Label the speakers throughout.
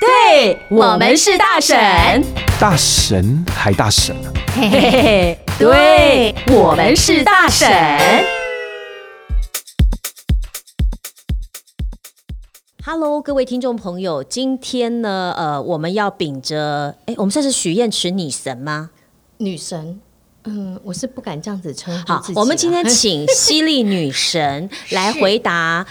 Speaker 1: 嘿，我们是大婶，
Speaker 2: 大神还大神啊！
Speaker 1: 嘿嘿嘿，对，我们是大婶。Hello，各位听众朋友，今天呢，呃，我们要秉着，哎，我们算是许愿池女神吗？
Speaker 3: 女神，嗯，我是不敢这样子称呼
Speaker 1: 好
Speaker 3: 自己，啦
Speaker 1: 我们今天 请犀利女 神来回答，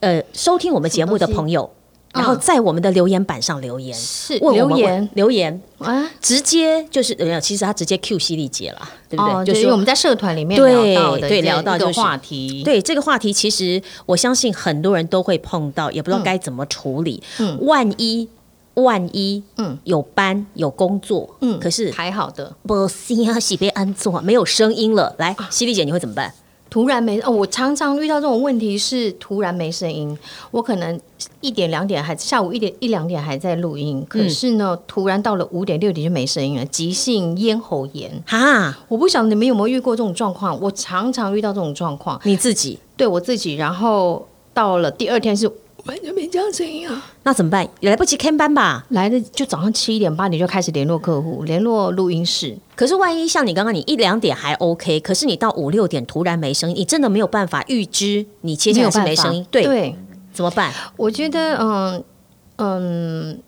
Speaker 1: 呃，收听我们节目的
Speaker 3: 什么东西
Speaker 1: 朋友，然后
Speaker 3: 嗯
Speaker 1: 在我们的留言板上留言，
Speaker 3: 是
Speaker 1: 问我
Speaker 3: 留
Speaker 1: 们哦
Speaker 3: 言
Speaker 1: 留言，
Speaker 3: 啊，
Speaker 1: 直接就是没有，其实他直接 Q 犀利姐了，对不对？
Speaker 3: 哦，
Speaker 1: 就
Speaker 3: 就是是因为我
Speaker 1: 说
Speaker 3: 们在社团里面
Speaker 1: 对
Speaker 3: 聊到的
Speaker 1: 对
Speaker 3: 这
Speaker 1: 聊到
Speaker 3: 一个
Speaker 1: 就是
Speaker 3: 话题，
Speaker 1: 对这个话题，其实我相信很多人都会碰到，也不知道该怎么处理。
Speaker 3: 嗯
Speaker 1: 万一万一
Speaker 3: 嗯
Speaker 1: 有班有工作，
Speaker 3: 嗯
Speaker 1: 可是
Speaker 3: 还好的，
Speaker 1: 不行啊，喜被安坐，没有声音了。来，犀利姐你会怎么办？
Speaker 3: 突然没哦，我常常遇到这种问题是突然没声音，我可能一点两点还下午一点一两点还在录
Speaker 1: 嗯
Speaker 3: 音，可是呢，突然到了五点六点就没声音了，急性咽喉炎。
Speaker 1: 哈，
Speaker 3: 我不晓得你们有没有遇过这种状况，我常常遇到这种状况，
Speaker 1: 你自己
Speaker 3: 对我自己，然后到了第二天是 完全没这样声音啊。
Speaker 1: 那怎么办？也来不及看班吧？
Speaker 3: 来的就早上七点八点就开始联络客户，联络录音室，
Speaker 1: 可是万一像你刚刚，你一两点还 OK，可是你到五六点突然没声音，你真的没有办法预知你接下来是没声音，对，怎么办？
Speaker 3: 我觉得，嗯嗯，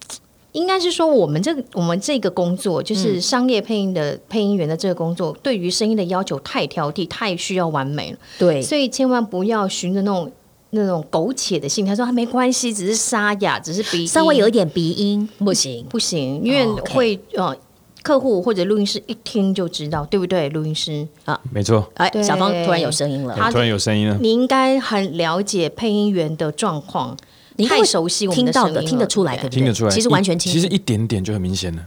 Speaker 3: 应该是说我们这个我们这个工作，就是商业配音的、配音员的这个工作，对于声音的要求太挑剔，太需要完美了，
Speaker 1: 对
Speaker 3: 所以千万不要循着那种。那种苟且的心态，说啊没关系，只是沙哑，只是鼻音
Speaker 1: 稍微有一点鼻音不行。
Speaker 3: 不行，因为
Speaker 1: OK
Speaker 3: 会、呃，客户或者录音师一听就知道，对不对？录音师，
Speaker 2: 没错，
Speaker 1: 哎，
Speaker 3: 对
Speaker 1: 小芳突然有声音了，
Speaker 3: 他
Speaker 2: 对突然有声音啊了。
Speaker 3: 你应该很了解配音员的状况，
Speaker 1: 你应该
Speaker 3: 太熟悉我们
Speaker 1: 听
Speaker 3: 的
Speaker 1: 到
Speaker 3: 声音
Speaker 1: 的，
Speaker 3: 了
Speaker 1: 听得出来，
Speaker 3: 对
Speaker 1: 对
Speaker 3: 不
Speaker 1: 不
Speaker 3: 对
Speaker 1: 对？
Speaker 2: 听得出来，
Speaker 1: 其实完全听。
Speaker 2: 一其实一点点就很明显了。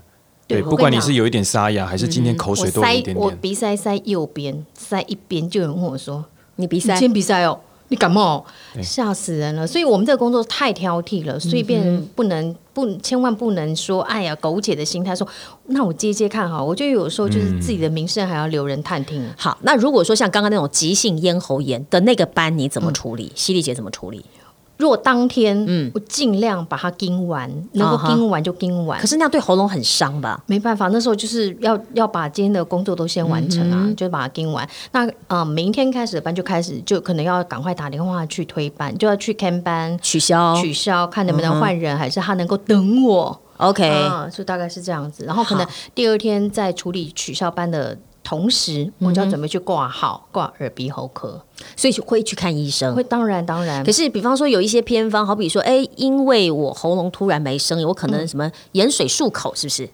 Speaker 3: 对
Speaker 2: 对，
Speaker 3: 我跟
Speaker 2: 不管你
Speaker 3: 你讲嗯
Speaker 2: 是有一点沙哑，还是今天口
Speaker 3: 我
Speaker 2: 水多了一
Speaker 3: 塞
Speaker 2: 点
Speaker 3: 我
Speaker 2: 点，
Speaker 3: 鼻塞塞右边，塞一边，就有人问我说
Speaker 1: 你鼻：“
Speaker 3: 你
Speaker 1: 塞
Speaker 3: 今，天鼻塞哦，你感冒哦、吓死人了。”所以我们这个工作太挑剔
Speaker 1: 嗯
Speaker 3: 了，所以变成不能不千万不能说哎呀苟且的心态，说那我接接看好。我觉得有时候就是自己的名声还要留人探听。
Speaker 1: 好，那如果说像刚刚那种急性咽喉炎的那个班，你
Speaker 3: 嗯
Speaker 1: 怎么处理？犀利姐怎么处理？
Speaker 3: 如果当天，
Speaker 1: 嗯
Speaker 3: 我尽量把它盯完，能
Speaker 1: 啊
Speaker 3: 够
Speaker 1: 哈
Speaker 3: 盯完就盯完。
Speaker 1: 可是那样对喉咙很伤吧？
Speaker 3: 没办法，那时候就是要要把今天的工作都先完成
Speaker 1: 嗯
Speaker 3: 啊，就把它盯完。那呃，明天开始的班就开始，就可能要赶快打电话去推班，就要去看班、
Speaker 1: 取消
Speaker 3: 取消，看能不能换人，还是他能够等我。
Speaker 1: ，OK，
Speaker 3: 啊，就大概是这样子。然后可能
Speaker 1: 好
Speaker 3: 第二天在处理取消班的同
Speaker 1: 嗯
Speaker 3: 时，我就要准备去挂号，挂耳鼻喉科。
Speaker 1: 所以会去看医生
Speaker 3: 会，。当然当然
Speaker 1: 嗯可，是，比方说有一些偏方，好比说，哎，因为我喉咙突然没声音，我可能什么盐水漱口，是不是？
Speaker 3: 嗯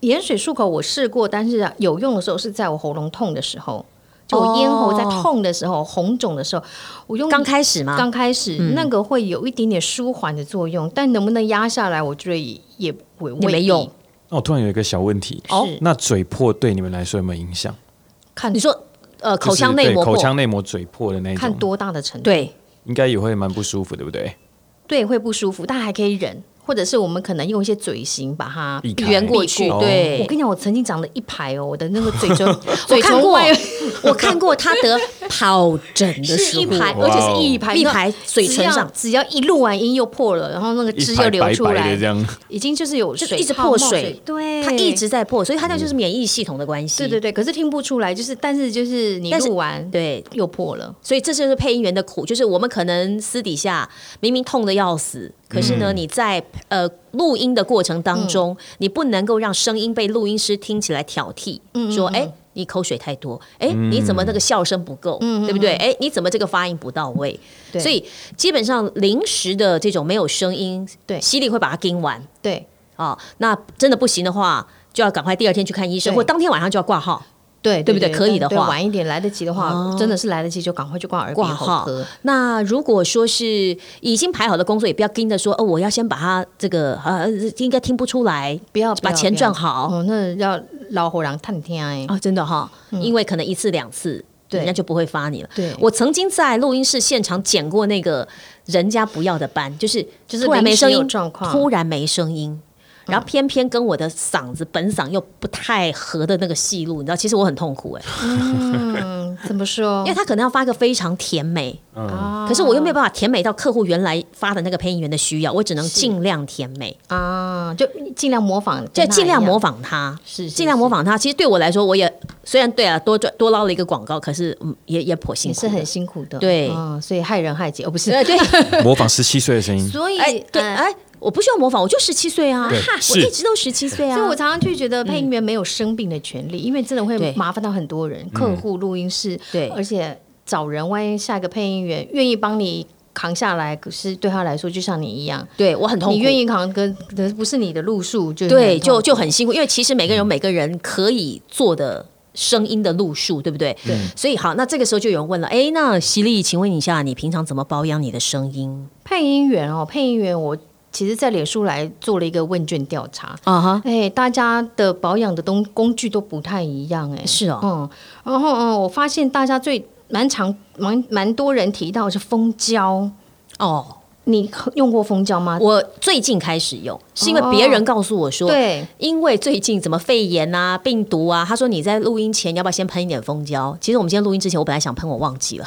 Speaker 3: 盐水漱口我试过，但是有用的时候是在我喉咙痛的时候，就我咽喉在
Speaker 1: 哦
Speaker 3: 痛的时候、红肿的时候，我用
Speaker 1: 刚开始吗？
Speaker 3: 刚开始、那个会有一点点舒缓的作用，但能不能压下来，我觉得也也未
Speaker 1: 也没用。
Speaker 3: 未必
Speaker 2: 那我突然有一个小问题，
Speaker 3: 哦
Speaker 2: 那嘴破对你们来说有没有影响？
Speaker 3: 看
Speaker 1: 你说，呃，
Speaker 2: 就是
Speaker 1: 口腔内
Speaker 2: 对
Speaker 1: 膜
Speaker 2: 口
Speaker 1: 破，
Speaker 2: 腔内膜嘴破的那种，
Speaker 3: 看多大的程度，
Speaker 1: 对，
Speaker 2: 应该也会蛮不舒服，对不对？
Speaker 3: 对会不舒服，但还可以忍，或者是我们可能用一些嘴型把它
Speaker 2: 避开
Speaker 1: 圆过去，
Speaker 2: 哦
Speaker 1: 对。
Speaker 3: 我跟你讲，我曾经长了一排哦，我的那个嘴唇，
Speaker 1: 我
Speaker 3: 嘴
Speaker 1: 看
Speaker 3: 唇
Speaker 1: 过
Speaker 3: 外，
Speaker 1: 我看过他得疱疹的时
Speaker 3: 是
Speaker 1: 候，
Speaker 3: 一排，
Speaker 2: 哇哦
Speaker 3: 而且是一排
Speaker 1: 一排嘴唇上
Speaker 3: 只要只要一录完音又破了，然后那个汁
Speaker 2: 一
Speaker 3: 又
Speaker 2: 排
Speaker 3: 流
Speaker 2: 白
Speaker 3: 出来，
Speaker 2: 白的这样，
Speaker 3: 已经就是有
Speaker 1: 就是
Speaker 3: 水
Speaker 1: 一直
Speaker 3: 泡
Speaker 1: 破
Speaker 3: 冒
Speaker 1: 水
Speaker 3: 对，
Speaker 1: 它一直在破，所以它那就是免疫系统的关系。
Speaker 3: 哎嗯对对对，可是听不出来，就是但是就是你
Speaker 1: 但是
Speaker 3: 录完
Speaker 1: 对，
Speaker 3: 又破了。
Speaker 1: 所以这就是配音员的苦，就是我们可能私底下明明痛的要死，可是
Speaker 3: 嗯
Speaker 1: 呢，你在呃录音的过程当中，你不能够让声音被录音师听起来挑剔，
Speaker 3: 嗯
Speaker 1: 说哎。你口水太多，哎，你怎么那个笑声不够，对不对？哎，你怎么这个发音不到位？
Speaker 3: 嗯对
Speaker 1: 所以基本上临时的这种没有声音，
Speaker 3: 对
Speaker 1: 犀利会把它盯完，
Speaker 3: 对
Speaker 1: 哦，那真的不行的话，就要赶快第二天去看医生，
Speaker 3: 对
Speaker 1: 或当天晚上就要挂号。
Speaker 3: 对
Speaker 1: 对不对可以的
Speaker 3: 对
Speaker 1: 话哦
Speaker 3: 晚一点来得及的话，真的是来得及就赶快去挂耳鼻
Speaker 1: 挂
Speaker 3: 喉
Speaker 1: 号
Speaker 3: 科。。
Speaker 1: 那如果说是已经排好的工作，也不要盯着说哦，我要先把它这个呃，应该听不出来，
Speaker 3: 不要
Speaker 1: 把钱赚好
Speaker 3: 哦，那要老虎狼探听哎，
Speaker 1: 啊，真的哈、因为可能一次两次。
Speaker 3: 对
Speaker 1: 人家就不会发你了。
Speaker 3: 对
Speaker 1: 我曾经在录音室现场剪过那个人家不要的班，就是
Speaker 3: 就是
Speaker 1: 突然没
Speaker 3: 临时
Speaker 1: 声
Speaker 3: 嗯有
Speaker 1: 音，
Speaker 3: 状况
Speaker 1: 突然没声音，然后偏偏跟我的嗓子本嗓又不太合的那个戏路，你知道，其实我很痛苦哎、
Speaker 3: 嗯，怎么说
Speaker 1: 因为？他可能要发一个非常甜美，
Speaker 2: 嗯，
Speaker 1: 可是我又没有办法甜美到客户原来发的那个配音员的需要，我只能尽量甜美，
Speaker 3: 啊，就尽量模仿，
Speaker 1: 就
Speaker 3: 跟他
Speaker 1: 尽量
Speaker 3: 一样
Speaker 1: 模仿他。
Speaker 3: 是
Speaker 1: 尽量模，仿他，其实对我来说，我也虽然对啊，多赚多捞了一个广告，可是嗯，也也颇
Speaker 3: 也
Speaker 1: 辛苦
Speaker 3: 是
Speaker 1: 的，
Speaker 3: 很辛苦的，
Speaker 1: 对
Speaker 3: 嗯，所以害人害己哦，不是，
Speaker 1: 对 对，
Speaker 2: 模仿十七岁 的声音，
Speaker 3: 所以
Speaker 1: 哎对
Speaker 3: 呃
Speaker 1: 哎，我不需要模仿，我就十七岁啊，
Speaker 2: 对
Speaker 1: 我
Speaker 2: 是
Speaker 1: 一直都十七岁啊，
Speaker 3: 所以我常常就觉得配音员没有生病的权利，因为真的会
Speaker 1: 对嗯
Speaker 3: 麻烦到很多人，客户、录音室，
Speaker 1: 对
Speaker 3: 而且找人，万一下一个配音员愿意帮你扛下来，可是对他来说就像你一样，
Speaker 1: 对我很痛苦，
Speaker 3: 你愿意扛跟可是不是你的路数，就
Speaker 1: 对，就
Speaker 3: 就
Speaker 1: 就很辛苦，因为其实每个人有每个人可以做的。声音的路数，对不对？对，所以好，那这个时候就有人问了，哎，那犀利，请问一下，你平常怎么保养你的声音
Speaker 3: 配音员哦，配音员我其实在脸书来做了一个问卷调查，
Speaker 1: 啊？哈，
Speaker 3: 哎，大家的保养的东工具都不太一样，哎，
Speaker 1: 是哦，
Speaker 3: 嗯，然后嗯，我发现大家最蛮常蛮蛮多人提到的是蜂胶，
Speaker 1: 哦，
Speaker 3: 你用过蜂胶吗？
Speaker 1: 我最近开始用，是因为别人告诉我说，
Speaker 3: 对，
Speaker 1: 因为最近怎么肺炎啊、病毒啊，他说你在录音前要不要先喷一点蜂胶？其实我们今天录音之前，我本来想喷，我忘 记了，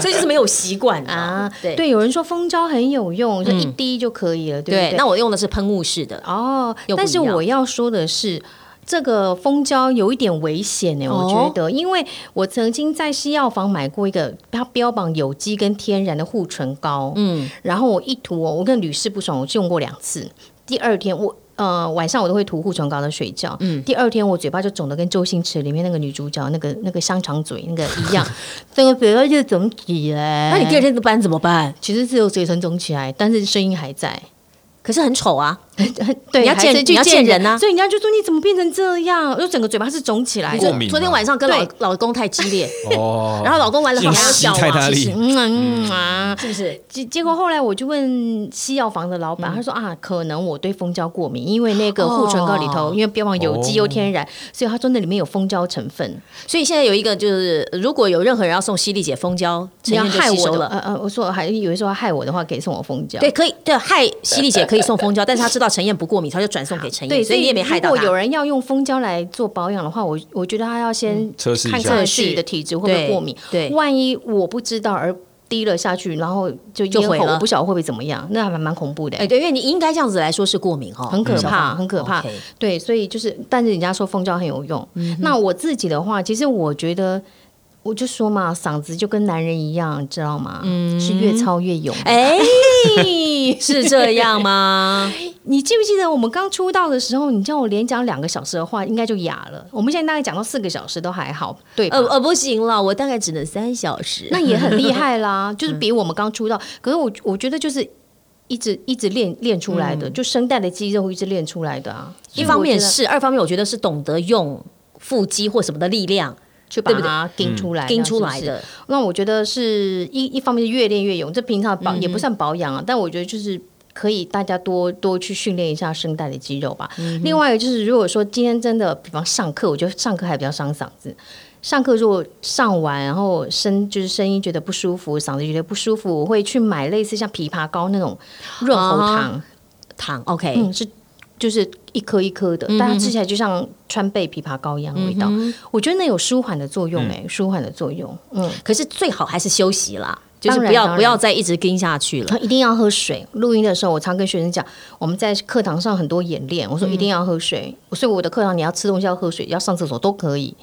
Speaker 1: 所以就是没有习惯
Speaker 3: 啊
Speaker 1: 啊。，对
Speaker 3: 对，有人说蜂胶很有用，就一滴就可以了，对不
Speaker 1: 对，
Speaker 3: 对？
Speaker 1: 那我用的是喷雾式的，
Speaker 3: 哦，
Speaker 1: 又不
Speaker 3: 但是
Speaker 1: 一样
Speaker 3: 我要说的是。这个蜂胶有一点危险呢、我觉
Speaker 1: 哦
Speaker 3: 得，因为我曾经在西药房买过一个，它标榜有机跟天然的护唇膏，嗯，然后我一涂哦，我跟屡试不爽，我用过两次，第二天我呃晚上我都会涂护唇膏在睡觉，嗯，第二天我嘴巴就肿的跟周星驰里面那个女主角那个那个香肠嘴那个 一样，整个嘴巴就肿起来。
Speaker 1: 那你第二天的班怎么办？
Speaker 3: 其实只有嘴唇肿起来，但是声音还在。
Speaker 1: 可是很丑啊，
Speaker 3: 对，
Speaker 1: 你要
Speaker 3: 还
Speaker 1: 见
Speaker 3: 是去
Speaker 1: 你要见人啊
Speaker 3: 所以人家就说你怎么变成这样？就整个嘴巴是肿起来
Speaker 2: 你过
Speaker 3: 的。
Speaker 2: 敏啊
Speaker 1: 昨天晚上跟老老公太激烈，
Speaker 2: 哦，
Speaker 1: 然后老公玩了很
Speaker 2: 信
Speaker 1: 多
Speaker 2: 息
Speaker 1: 小
Speaker 2: 太大
Speaker 1: 娃，
Speaker 2: 力
Speaker 1: 其实
Speaker 3: 嗯嗯啊，
Speaker 1: 是不是？
Speaker 3: 结结果后来我就问西药房的老板，他说啊，可能我对蜂胶过敏，因为那个护唇膏里头，
Speaker 1: 哦
Speaker 3: 因为标榜有机又
Speaker 2: 哦
Speaker 3: 天然，所以他说那里面有蜂胶成分。
Speaker 1: 所以现在有一个就是，如果有任何人要送犀利姐蜂胶，
Speaker 3: 你
Speaker 1: 陈
Speaker 3: 要
Speaker 1: 燕就
Speaker 3: 害
Speaker 1: 吸
Speaker 3: 我
Speaker 1: 收
Speaker 3: 的，
Speaker 1: 了。
Speaker 3: 呃呃，我说还以为说要害我的话，可以送我蜂胶。
Speaker 1: 对，可以，对，害犀利姐可以送蜂 胶，但是她知道陈燕不过敏，她就转送给陈
Speaker 3: 对，
Speaker 1: 燕，所以你也没害到
Speaker 3: 如果有
Speaker 1: 她。
Speaker 3: 人要用蜂胶来做保养的话，我我觉得他要
Speaker 1: 嗯
Speaker 3: 先
Speaker 2: 测试一
Speaker 3: 看
Speaker 2: 下
Speaker 3: 看自己的体质会不会
Speaker 1: 对
Speaker 3: 过敏。
Speaker 1: 对
Speaker 3: 万一我不知道而滴了下去，然后就
Speaker 1: 就
Speaker 3: 咽
Speaker 1: 毁
Speaker 3: 喉
Speaker 1: 了
Speaker 3: 我不晓得会不会怎么样，那还蛮恐怖的、
Speaker 1: 哎，对，因为你应该这样子来说是过敏哈，
Speaker 3: 很可
Speaker 1: 小
Speaker 3: 怕，
Speaker 1: 芳
Speaker 3: 很可怕
Speaker 1: OK。
Speaker 3: 对，所以就是，但是人家说蜂胶很有用。
Speaker 1: 嗯
Speaker 3: 那我自己的话，其实我觉得，我就说嘛，嗓子就跟男人一样，知道吗？是越操越勇。
Speaker 1: 嗯哎，是这样 吗？
Speaker 3: 你记不记得我们刚出道的时候，你叫我连讲两个小时的话，应该就哑了。我们现在大概讲到四个小时都还好，对吧？
Speaker 1: 呃呃，不行了，我大概只能三小时。
Speaker 3: 哎那也很厉 害啦，就是
Speaker 1: 嗯
Speaker 3: 比我们刚出道。可是我我觉得就是一直一直练练出来的，就声带的肌肉一直练出来的啊。
Speaker 1: 一方面
Speaker 3: 所以
Speaker 1: 嗯
Speaker 3: 我觉
Speaker 1: 是，二方面我觉得是懂得用腹肌或什么的力量
Speaker 3: 得去把它盯出来，
Speaker 1: 盯出来
Speaker 3: 哎这样是不是。
Speaker 1: 的。
Speaker 3: 那我觉得是一一方面是越练越勇，这平常保也不算保养啊，但我觉得就是。可以，大家多多去训练一下声带的肌肉吧。另外一个就是，如果说今天真的，比方上课，我觉得上课还比较伤嗓子。上课如果上完，然后声就是声音觉得不舒服，嗓子觉得不舒服，我会去买类似像枇杷膏那种润喉糖，
Speaker 1: 糖，OK，、
Speaker 3: 嗯，是就是一颗一颗的，但它吃起来就像川贝枇杷膏一样的味道。我觉得那有舒缓的作用、欸，哎、舒缓的作用。嗯，
Speaker 1: 可是最好还是休息啦，就是
Speaker 3: 当然
Speaker 1: 不
Speaker 3: 当
Speaker 1: 要
Speaker 3: 然
Speaker 1: 不要再一直跟下去了。
Speaker 3: 一定要喝水。录音的时候，我常跟学生讲，我们在课堂上很多演练，我说一定要喝水。所以我的课堂你要吃东西要喝水，要上厕所都可以。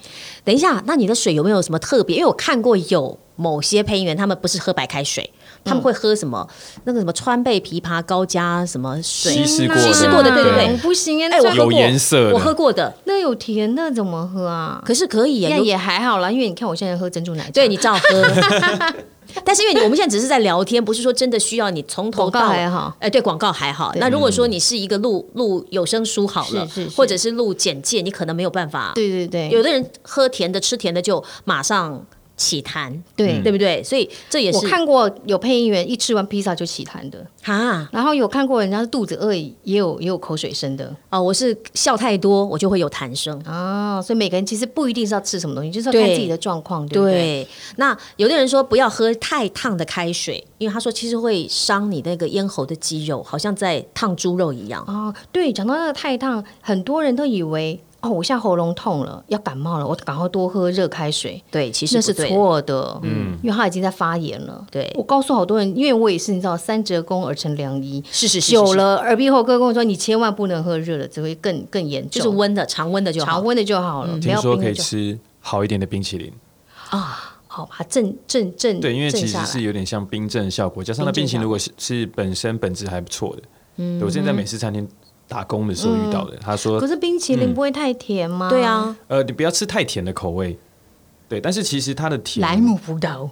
Speaker 1: 等一下，那你的水有没有什么特别？因为我看过有某些配音员，他们不是喝白开水，
Speaker 3: 嗯
Speaker 1: 他们会喝什么、那个什么川贝枇杷膏加什么水
Speaker 2: 稀。释过
Speaker 1: 稀
Speaker 2: 的，
Speaker 1: 释过的对对
Speaker 3: 我
Speaker 1: 对
Speaker 3: 不行哎、
Speaker 1: 哎
Speaker 3: 那
Speaker 1: 我喝
Speaker 2: 有
Speaker 1: 过
Speaker 2: 颜色
Speaker 1: 我
Speaker 2: 的
Speaker 1: 喝，过的，
Speaker 3: 那有甜的怎么喝啊？
Speaker 1: 可是可以耶
Speaker 3: 那
Speaker 1: 有
Speaker 3: 也还好啦，因为你看我现在喝珍珠奶茶，
Speaker 1: 对你 照喝。但是因为你我们现在只是在聊天，不是说真的需要你从头
Speaker 3: 广告
Speaker 1: 到
Speaker 3: 还好
Speaker 1: 哎，对，广告还好。那如果说你是一个录录有声书好了，
Speaker 3: 是是是
Speaker 1: 或者是录简介，你可能没有办法。
Speaker 3: 对对对，
Speaker 1: 有的人喝甜的吃甜的就马上起痰，
Speaker 3: 对
Speaker 1: 对不对？所以这也
Speaker 3: 嗯我
Speaker 1: 是
Speaker 3: 看过有配音员一吃完披萨就起痰的，
Speaker 1: 啊
Speaker 3: 然后有看过人家肚子饿也有也有口水声的
Speaker 1: 哦，我是笑太多，我就会有痰声。
Speaker 3: 啊，所以每个人其实不一定是要吃什么东西，就是要看
Speaker 1: 对
Speaker 3: 自己的状况，对不对？
Speaker 1: 对，那有的人说不要喝太烫的开水，因为他说其实会伤你那个咽喉的肌肉，好像在烫猪肉一样。
Speaker 3: 哦，对，讲到那个太烫，很多人都以为哦，我现在喉咙痛了，要感冒了，我赶快多喝热开水，
Speaker 1: 对，其实
Speaker 3: 那
Speaker 1: 不
Speaker 3: 是
Speaker 1: 对的
Speaker 3: 错的，嗯，因为它已经在发炎了。
Speaker 1: 对
Speaker 3: 我告诉好多人，因为我也是，你知道，三折肱而成良医。
Speaker 1: 是是是，
Speaker 3: 久
Speaker 1: 是，
Speaker 3: 了，耳鼻喉科跟我说，你千万不能喝热的，只会更更严
Speaker 1: 是
Speaker 3: 重。
Speaker 1: 就是温的，常温的就好。
Speaker 3: 常温的就好了，不
Speaker 2: 听
Speaker 3: 要
Speaker 2: 说
Speaker 3: 冰
Speaker 2: 可
Speaker 3: 的
Speaker 2: 以
Speaker 3: 就好。
Speaker 2: 吃好一点的冰淇淋，
Speaker 3: 好吧，正正正
Speaker 2: 对，因为
Speaker 3: 正
Speaker 2: 其实
Speaker 3: 下
Speaker 2: 是
Speaker 3: 来。
Speaker 2: 有点像冰镇效果，加上那
Speaker 3: 冰镇
Speaker 2: 冰淇淋
Speaker 3: 效
Speaker 2: 如果是是本身本质还不错的，对我之前在美式餐厅打工的时候遇到的，他说
Speaker 3: 可是冰淇
Speaker 2: 嗯
Speaker 3: 淋不会太甜吗？
Speaker 1: 对，啊，
Speaker 2: 呃，你不要吃太甜的口味，对，但是其实它的甜
Speaker 3: 莱姆葡萄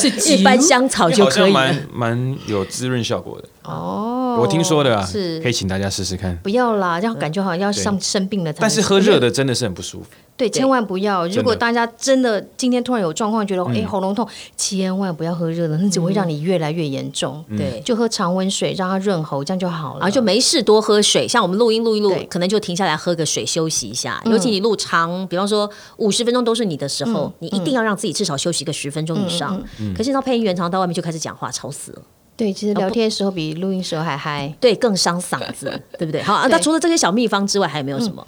Speaker 3: 是
Speaker 1: 一般香草
Speaker 2: 因为
Speaker 1: 就
Speaker 2: 好
Speaker 1: 可
Speaker 2: 像
Speaker 1: 以
Speaker 2: 蛮
Speaker 1: 了。
Speaker 2: 蛮有滋润效果的，
Speaker 3: 哦，
Speaker 2: 我听说的啊，
Speaker 3: 是
Speaker 2: 可以请大家试试看。
Speaker 3: 不要啦，这样感觉好像要
Speaker 2: 对
Speaker 3: 上生病了才能吃。
Speaker 2: 但是喝热的真的是很不舒服，
Speaker 3: 对，千万不要。如果大家真的今天突然有状况，觉得哎喉咙痛，千万不要喝热的，那只会让你越来越严重。
Speaker 1: 对，
Speaker 3: 就喝常温水，让它润喉，这样就好了。
Speaker 1: 然后就没事多喝水，像我们录音录一录
Speaker 3: 对，嗯
Speaker 1: 可能就停下来喝个水休息一下。尤其你录长，比方说五十分钟都是你的时候，你一
Speaker 3: 嗯
Speaker 1: 定要让自己至少休息个十分钟以上。可是到配音员常到外面就开始讲话，吵死了。
Speaker 3: 对，其实聊天的时候比录音时候还嗨。
Speaker 1: 对，更伤嗓 子，对不对？好，啊那
Speaker 3: 对嗯
Speaker 1: 除了这些小秘方之外，还有没有什么？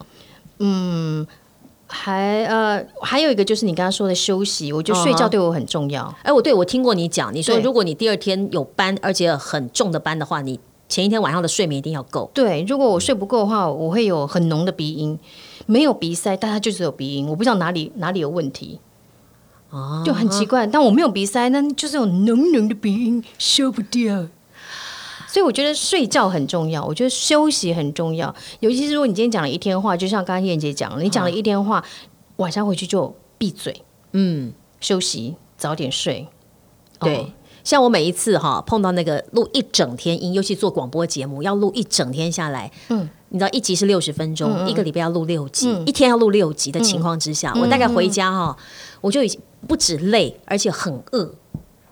Speaker 3: 还呃，还有一个就是你刚刚说的休息，我觉得睡
Speaker 1: 嗯
Speaker 3: 觉
Speaker 1: 哼
Speaker 3: 对我很重要。
Speaker 1: 哎，我对我听过你讲，你说
Speaker 3: 对
Speaker 1: 如果你第二天有班，而且很重的班的话，你前一天晚上的睡眠一定要够。
Speaker 3: 对，如果我睡不够的话，我会有很浓的鼻音，没有鼻塞，但它就只有鼻音，我不知道哪里哪里有问题，
Speaker 1: 哦，
Speaker 3: 就很奇怪。但我没有鼻塞，但就是有浓浓的鼻音，消不掉。所以我觉得睡觉很重要，我觉得休息很重要，尤其是如果你今天讲了一天话，就像刚刚燕姐讲了，你讲了一天话，晚上回去就闭嘴，
Speaker 1: 嗯，
Speaker 3: 休息，早点睡。
Speaker 1: 对。
Speaker 3: 哦
Speaker 1: 像我每一次哈碰到那个录一整天音，尤其做广播节目要录一整天下来，嗯，你知道一集是六十分钟，一个礼拜要录六集，一天要录六集的情况之下，我大概回家哈，我就已经不止累，而且很饿，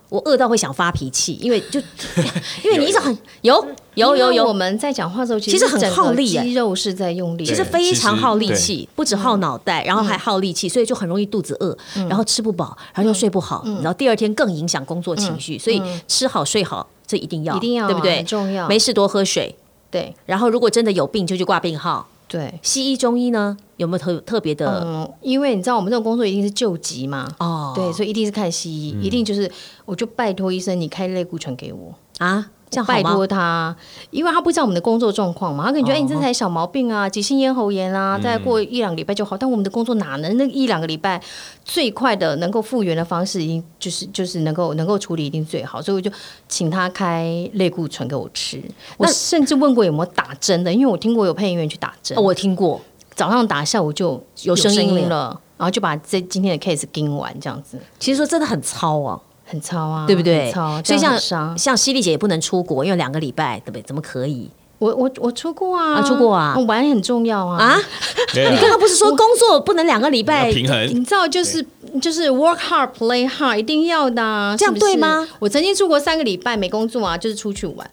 Speaker 1: 我饿到会想发脾气，因为就 因为你一直很有有有
Speaker 3: 因为我
Speaker 1: 有，
Speaker 3: 们在讲话的时候，其
Speaker 1: 其实
Speaker 3: 实
Speaker 1: 很
Speaker 3: 整个
Speaker 1: 耗力耶
Speaker 3: 肌肉是在用力的，
Speaker 1: 其实
Speaker 2: 对
Speaker 1: 非
Speaker 2: 其
Speaker 1: 常
Speaker 2: 实
Speaker 1: 耗力
Speaker 2: 对
Speaker 1: 气，不止耗脑
Speaker 3: 嗯
Speaker 1: 袋，然后还耗力气，所以就很容易肚子饿，然后吃不饱，然后又睡不好，
Speaker 3: 嗯
Speaker 1: 然后第二天更影响工作情绪，所以吃好睡好这一定要，
Speaker 3: 一定要啊
Speaker 1: 对不对
Speaker 3: 很？重要。
Speaker 1: 没事多喝水，
Speaker 3: 对
Speaker 1: 然后如果真的有病就去挂病号。
Speaker 3: 对，
Speaker 1: 西医、中医呢有没有特特别的？
Speaker 3: 嗯，因为你知道我们这种工作一定是救急嘛，
Speaker 1: 呃哦，嗯
Speaker 3: 对，所以一定是看西医，一定就是我就拜托医生，你开类固醇给我，
Speaker 1: 啊，这样好
Speaker 3: 拜
Speaker 1: 吗？哦
Speaker 3: 托他，因为他不知道我们的工作状况嘛，他可能觉得、哎，你这才小毛病啊，急性咽喉炎啊，
Speaker 1: 嗯
Speaker 3: 大概过一两个礼拜就好，但我们的工作哪能那一两个礼拜最快的能够复原的方式，一定就是就是能够能够处理一定最好，所以我就请他开类固醇给我吃，我甚至问过有没有打针的，因为我听过有配音员去打针，
Speaker 1: 哦我听过，
Speaker 3: 早上打，下午就
Speaker 1: 有声音了
Speaker 3: 音了，然后就把这今天的 case 盯完，这样子
Speaker 1: 其实说真的很糙啊，
Speaker 3: 很糙啊，
Speaker 1: 对不对
Speaker 3: 很糙，？
Speaker 1: 所以
Speaker 3: 这样
Speaker 1: 像
Speaker 3: 很伤
Speaker 1: 像犀利姐也不能出国，因为两个礼拜，对不对？怎么可以
Speaker 3: 我我我出过啊，
Speaker 1: 啊出过啊
Speaker 3: 我玩很重要啊
Speaker 1: 啊？
Speaker 2: 对啊
Speaker 1: 你刚刚不是说工作不能两个礼拜
Speaker 2: 要平衡，
Speaker 3: 你知道，就是就是 work hard play hard，一定要的、啊，
Speaker 1: 这样
Speaker 3: 是不是
Speaker 1: 对吗？
Speaker 3: 我曾经出国三个礼拜没工作啊，就是出去玩。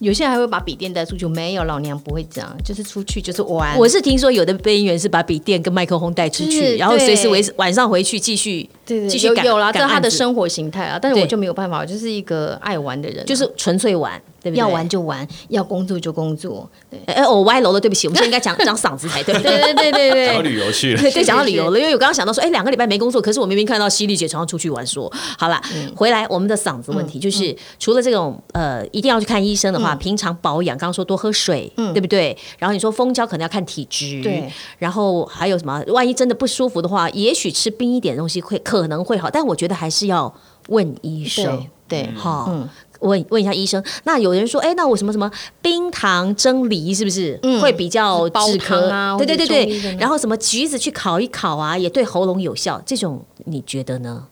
Speaker 3: 有些人还会把笔电带出去，没有，老娘不会这样，就是出去就是玩。
Speaker 1: 我是听说有的配音员是把笔电跟麦克风带出
Speaker 3: 就是
Speaker 1: 去，然后随时
Speaker 3: 对
Speaker 1: 晚晚上回去继续
Speaker 3: 对对
Speaker 1: 继
Speaker 3: 对
Speaker 1: 续
Speaker 3: 有
Speaker 1: 赶
Speaker 3: 有啦，
Speaker 1: 赶
Speaker 3: 这是他的
Speaker 1: 案子
Speaker 3: 生活形态啊，但是我
Speaker 1: 对
Speaker 3: 就没有办法，我就是一个爱玩的人啊、
Speaker 1: 就是纯粹玩，对不对？
Speaker 3: 要玩就玩，要工作就工作。对
Speaker 1: 哎，哎，我歪楼了，对不起，我们现在应该 讲讲嗓子才对。对
Speaker 3: 对对对
Speaker 2: 然后
Speaker 3: 对，
Speaker 2: 旅游去了，
Speaker 1: 对，讲到旅游了，因为我刚刚想到说，哎，两个礼拜没工作，可是我明明看到犀利姐常常出去玩说，好啦，
Speaker 3: 嗯
Speaker 1: 回来我们的嗓子问题就是，除了这种呃一定要去看医生的
Speaker 3: 嗯
Speaker 1: 话，平常保养，刚刚说多喝水，对不对？然后你说蜂胶可能要看体质，
Speaker 3: 对，
Speaker 1: 然后还有什么？万一真的不舒服的话，也许吃冰一点的东西会可能会好，但我觉得还是要问医生
Speaker 3: 对。对，
Speaker 1: 好，
Speaker 3: 嗯
Speaker 1: 问问一下医生。那有人说，哎，那我什么什么冰糖蒸梨是不是、会比较
Speaker 3: 嗯煲
Speaker 1: 止咳
Speaker 3: 汤啊
Speaker 1: 对对对
Speaker 3: 或者中医的
Speaker 1: 对。
Speaker 3: 呢
Speaker 1: 然后什么橘子去烤一烤啊，也对喉咙有效。这种你觉得呢？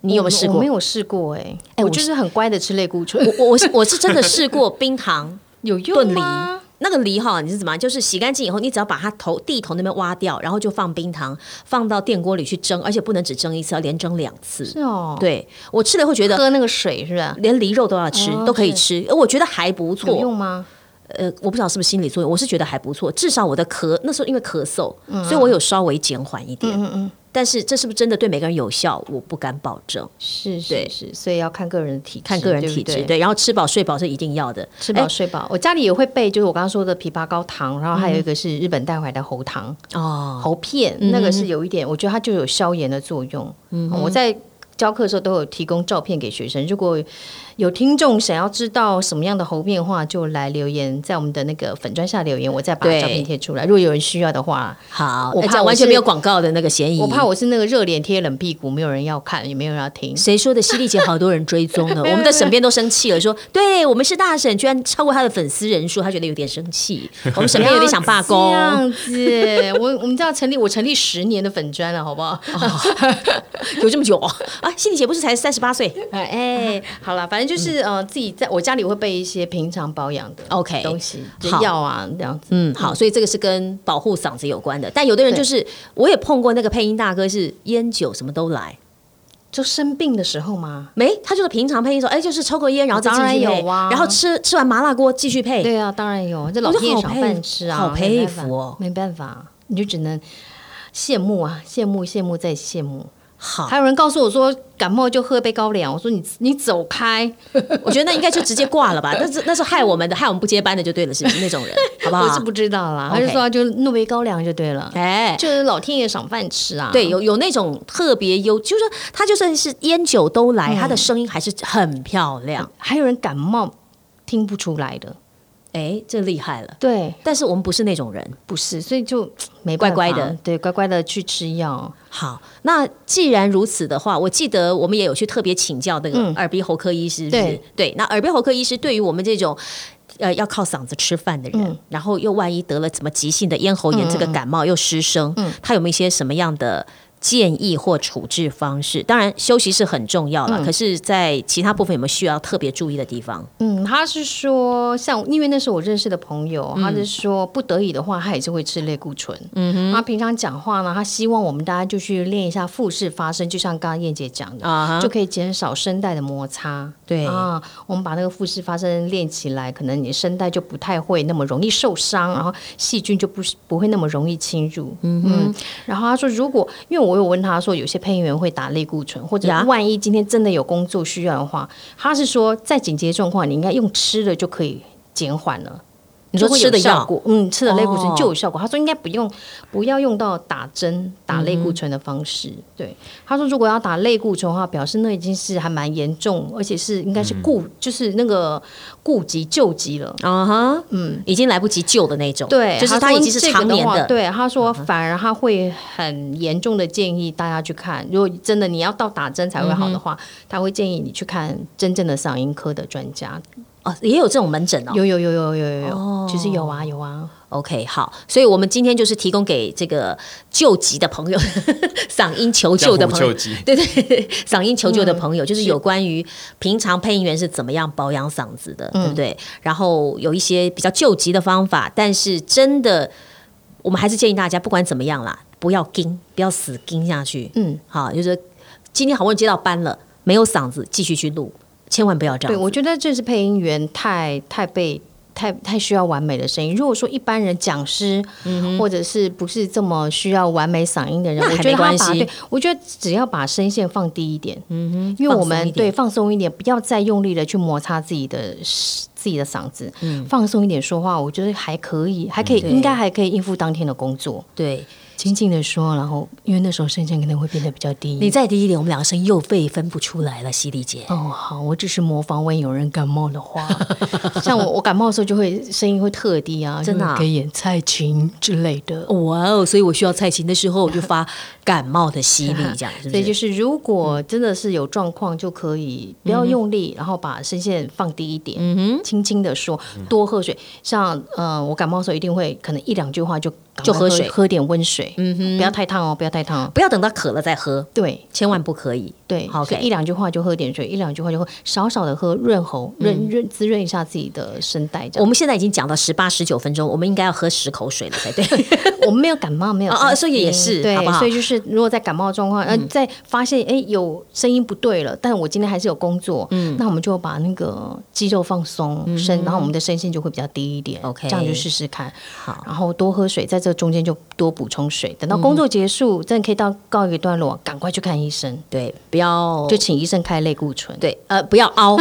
Speaker 1: 你有没有试
Speaker 3: 我
Speaker 1: 过
Speaker 3: 没？有试过哎、
Speaker 1: 哎
Speaker 3: 我
Speaker 1: 我
Speaker 3: 就是很乖的吃类固醇，
Speaker 1: 我我是我是真的试过冰糖
Speaker 3: 有
Speaker 1: 炖
Speaker 3: 用
Speaker 1: 梨
Speaker 3: 吗？
Speaker 1: 那个梨哈，你是怎么样？就是洗干净以后，你只要把它头地头那边挖掉，然后就放冰糖，放到电锅里去蒸，而且不能只蒸一次，要连蒸两次。
Speaker 3: 是哦，，
Speaker 1: 对我吃了会觉得
Speaker 3: 喝那个水是吧？
Speaker 1: 连梨肉都要吃，
Speaker 3: 哦
Speaker 1: 都可以吃，呃我觉得还不
Speaker 3: 有
Speaker 1: 错。
Speaker 3: 用吗？
Speaker 1: 呃，我不知道是不是心理作用，我是觉得还不错，至少我的咳那时候因为咳嗽，所以我有稍微减缓一点。
Speaker 3: 嗯嗯，
Speaker 1: 但是这是不是真的对每个人有效，我不敢保证，
Speaker 3: 是是
Speaker 1: 对
Speaker 3: 是，所以要看个人的体质，
Speaker 1: 看个人体质。
Speaker 3: 对不对
Speaker 1: 然后吃饱睡饱是一定要的。
Speaker 3: 吃饱
Speaker 1: 哎
Speaker 3: 睡饱，我家里也会备，就是我刚刚说的枇杷膏糖，然后还有一个是日本带回来的喉糖、
Speaker 1: 哦，
Speaker 3: 喉片，那个是有一点，我觉得它就有消炎的作用。嗯，我在教课的时候都有提供照片给学生，如果有听众想要知道什么样的喉片的话，就来留言，在我们的那个粉砖下留言，我再把
Speaker 1: 对
Speaker 3: 照片贴出来。如果有人需要的话，
Speaker 1: 好，
Speaker 3: 我
Speaker 1: 哎
Speaker 3: 怕
Speaker 1: 这样
Speaker 3: 我
Speaker 1: 完全
Speaker 3: 是
Speaker 1: 没有广告的那个嫌疑。
Speaker 3: 我怕我是那个热脸贴冷屁股，没有人要看，也没有人要听。
Speaker 1: 谁说的？犀利姐好多人追踪 呢，我们的沈编都生气了，说对我们是大婶，居然超过她的粉丝人数，她觉得有点生气。我们沈编有点想罢工
Speaker 3: 这。样子，我我们这样成立，我成立十年的粉砖了，好不好？
Speaker 1: 哦有这么久啊？啊，心理姐不是才三十八岁
Speaker 3: 哎、好了，反正就是、呃，自己在我家里会备一些平常保养的
Speaker 1: 嗯？OK，
Speaker 3: 东西，就
Speaker 1: 好
Speaker 3: 药啊这样子。
Speaker 1: 嗯，好，所以这个是跟保护嗓子有关的。但有的人就是，我也碰过那个配音大哥，是烟酒什么都来，
Speaker 3: 就生病的时候嘛，
Speaker 1: 没，他就是平常配音说，哎，就是抽个烟，然后再继续
Speaker 3: 当然
Speaker 1: 配
Speaker 3: 有啊
Speaker 1: 然后吃吃完麻辣锅继续配，
Speaker 3: 对啊，当然有，这老
Speaker 1: 我就
Speaker 3: 天爷
Speaker 1: 好
Speaker 3: 赏
Speaker 1: 佩
Speaker 3: 饭吃啊，
Speaker 1: 好
Speaker 3: 没
Speaker 1: 佩
Speaker 3: 办法
Speaker 1: 服哦
Speaker 3: 没办法，你就只能羡慕啊，羡慕羡慕再羡慕。
Speaker 1: 好
Speaker 3: 还，有人告诉我说感冒就喝杯高粱，我说你你走开，
Speaker 1: 我觉得那应该就直接挂 了吧。那是那是害我们的，害我们不接班的就对了，是那种人，好不好？
Speaker 3: 我是不知道啦，他
Speaker 1: 啊
Speaker 3: 就
Speaker 1: OK
Speaker 3: 说啊就弄杯高粱就对了，
Speaker 1: 哎，
Speaker 3: 就是老天爷赏饭吃啊。
Speaker 1: 对，有有那种特别优，就是说他就算是烟酒都
Speaker 3: 嗯
Speaker 1: 来，他的声音还是很漂亮。
Speaker 3: 还有人感冒听不出来的，
Speaker 1: 哎，这厉害了。
Speaker 3: 对，
Speaker 1: 但是我们不是那种人。
Speaker 3: 不是，所以就没办法
Speaker 1: 乖乖的，
Speaker 3: 对，乖乖的去吃药。
Speaker 1: 好，那既然如此的话，我记得我们也有去特别请教那个
Speaker 3: 嗯
Speaker 1: 耳鼻喉科医师，是不是
Speaker 3: 对
Speaker 1: 对，那耳鼻喉科医师对于我们这种。呃，要靠嗓子吃饭的人，
Speaker 3: 嗯
Speaker 1: 然后又万一得了什么急性的咽喉炎，这个感冒又失声，
Speaker 3: 嗯
Speaker 1: 他有没有一些什么样的建议或处置方式？当然，休息是很重要了，可是，在其他部分有没有需要特别注意的地方？
Speaker 3: 嗯，他是说，像因为那是我认识的朋友，他是说不得已的话，他也是会吃类固醇。嗯哼，他平常讲话呢，他希望我们大家就去练一下腹式发声，就像刚刚燕姐讲的。
Speaker 1: 啊
Speaker 3: 就可以减少声带的摩擦。
Speaker 1: 对
Speaker 3: 啊，我们把那个腹式发声练起来，可能你声带就不太会那么容易受伤，然后细菌就不是不会那么容易侵入。嗯然后他说，如果因为我有问他说，有些配音员会打类固醇，或者
Speaker 1: 呀
Speaker 3: 万一今天真的有工作需要的话，他是说在紧急状况，你应该用吃的就可以减缓了。
Speaker 1: 你说
Speaker 3: 就会有
Speaker 1: 吃的
Speaker 3: 效
Speaker 1: 药
Speaker 3: 果，嗯，吃的类固醇
Speaker 1: 哦
Speaker 3: 就有效果。他说应该不用，不要用到打针打类
Speaker 1: 嗯
Speaker 3: 固醇的方式。对，他说如果要打类固醇的话，表示那已经是还蛮严重，而且是应该
Speaker 1: 嗯
Speaker 3: 是顾、就是那个顾及救急了。
Speaker 1: 啊哈，嗯，已经来不及救的那种，
Speaker 3: 对，
Speaker 1: 就是
Speaker 3: 他
Speaker 1: 他
Speaker 3: 说
Speaker 1: 已经是
Speaker 3: 这个
Speaker 1: 常年
Speaker 3: 话
Speaker 1: 的，嗯
Speaker 3: 对，他说反而他会很严重的建议大家去看，如果真的你要到打针才会
Speaker 1: 嗯
Speaker 3: 好的话，他会建议你去看真正的嗓音科的专家。
Speaker 1: 哦，也有这种门诊哦，哦
Speaker 3: 有有有有有有有，其实有啊有啊。
Speaker 1: OK，好，所以我们今天就是提供给这个救急的朋友，嗓音求救的朋
Speaker 2: 江
Speaker 1: 友
Speaker 2: 湖救，急，
Speaker 1: 对对对，嗓音求救的朋友，嗯就是有关于平常配音员是怎么样保养嗓子的，对不对？然后有一些比较救急的方法，但是真的，我们还是建议大家，不管怎么样啦，不要盯，不要死盯下去。
Speaker 3: 嗯，
Speaker 1: 好，就是今天好不容易接到班了，没有嗓子继续去录，千万不要这
Speaker 3: 对，
Speaker 1: 样。
Speaker 3: 我觉得这是配音员太太被太太需要完美的声音。如果说一般人讲师、或者是不是这么需要完美嗓音的人，
Speaker 1: 嗯那还
Speaker 3: 我觉得
Speaker 1: 没
Speaker 3: 他
Speaker 1: 关
Speaker 3: 把
Speaker 1: 系
Speaker 3: 对，我觉得只要把声线放低一点，嗯哼，因为我
Speaker 1: 放松
Speaker 3: 们
Speaker 1: 一点
Speaker 3: 对放松一点，不要再用力的去摩擦自己的自己的嗓子，放松一点说话，我觉得还可以，还可以，
Speaker 1: 嗯对
Speaker 3: 应该还可以应付当天的工作。
Speaker 1: 对，
Speaker 3: 轻轻的说，然后因为那时候声线可能会变得比较低。
Speaker 1: 你再低一点，我们两个声音又被分不出来了，犀利姐。
Speaker 3: 哦，好，我只是模仿万一有人感冒的话， 像我，我感冒的时候就会声音会特低 啊，
Speaker 1: 真的啊
Speaker 3: 就会可以演蔡琴之类的。
Speaker 1: 哇哦！所以我需要蔡琴的时候，我就发感冒的犀利，这样 是不？
Speaker 3: 所以就是是，如果真的是有状况，就可以不要用力，然后把声线放低一点，嗯轻轻的说，多喝水。像呃，我感冒的时候一定会可能一两句话就赶快
Speaker 1: 就喝水
Speaker 3: 喝点温水，嗯哼，不要太烫哦，不要太烫哦。
Speaker 1: 不要等到渴了再喝，
Speaker 3: 对
Speaker 1: 千万不可以。
Speaker 3: 对，
Speaker 1: 好
Speaker 3: 所以一两句话就喝点水，一两句话就喝，少少的喝，润喉，润润滋润一下自己的声带。这
Speaker 1: 我
Speaker 3: 样，
Speaker 1: 们现在已经讲到十八、十九分钟，我们应该要喝十口水了才 对。
Speaker 3: 我们没有感冒，没有
Speaker 1: 哦哦
Speaker 3: 担
Speaker 1: 所以也
Speaker 3: 心
Speaker 1: 是
Speaker 3: 对，
Speaker 1: 好不嗯好
Speaker 3: 所以就是如果在感冒状况，呃，在发现哎有声音不对了，但我今天还是有工作，嗯，那我们就把那个肌肉放松，身，然后我们的声线就会比较低一点
Speaker 1: 嗯 OK
Speaker 3: 这样就试试看。
Speaker 1: 好，
Speaker 3: 然后多喝水，在这中间就多补充水，等到工作结
Speaker 1: 嗯
Speaker 3: 束，真的可以到告一个段落，赶快去看医生，
Speaker 1: 对，不要
Speaker 3: 就请医生开类固醇。
Speaker 1: 哦对，呃，不要凹，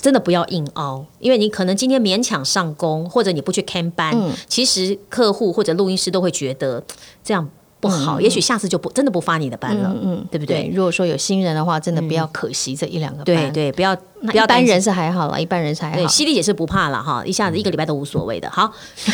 Speaker 1: 真的不要硬凹，因为你可能今天勉强上工，或者你不去 can 班，其实客户或者录音师都会觉得这样不好，也许下次就不真的不发你的班了，嗯，对不
Speaker 3: 对，
Speaker 1: 对？嗯
Speaker 3: 如果说有新人的话，真的不要可惜这一两个班。
Speaker 1: 对对，不要
Speaker 3: 那
Speaker 1: 不要
Speaker 3: 一般
Speaker 1: 担心
Speaker 3: 人是还好了，一般人是还
Speaker 1: 对，
Speaker 3: 好。
Speaker 1: 犀利姐是不怕了哈，一下子一个礼拜都无所谓的。好，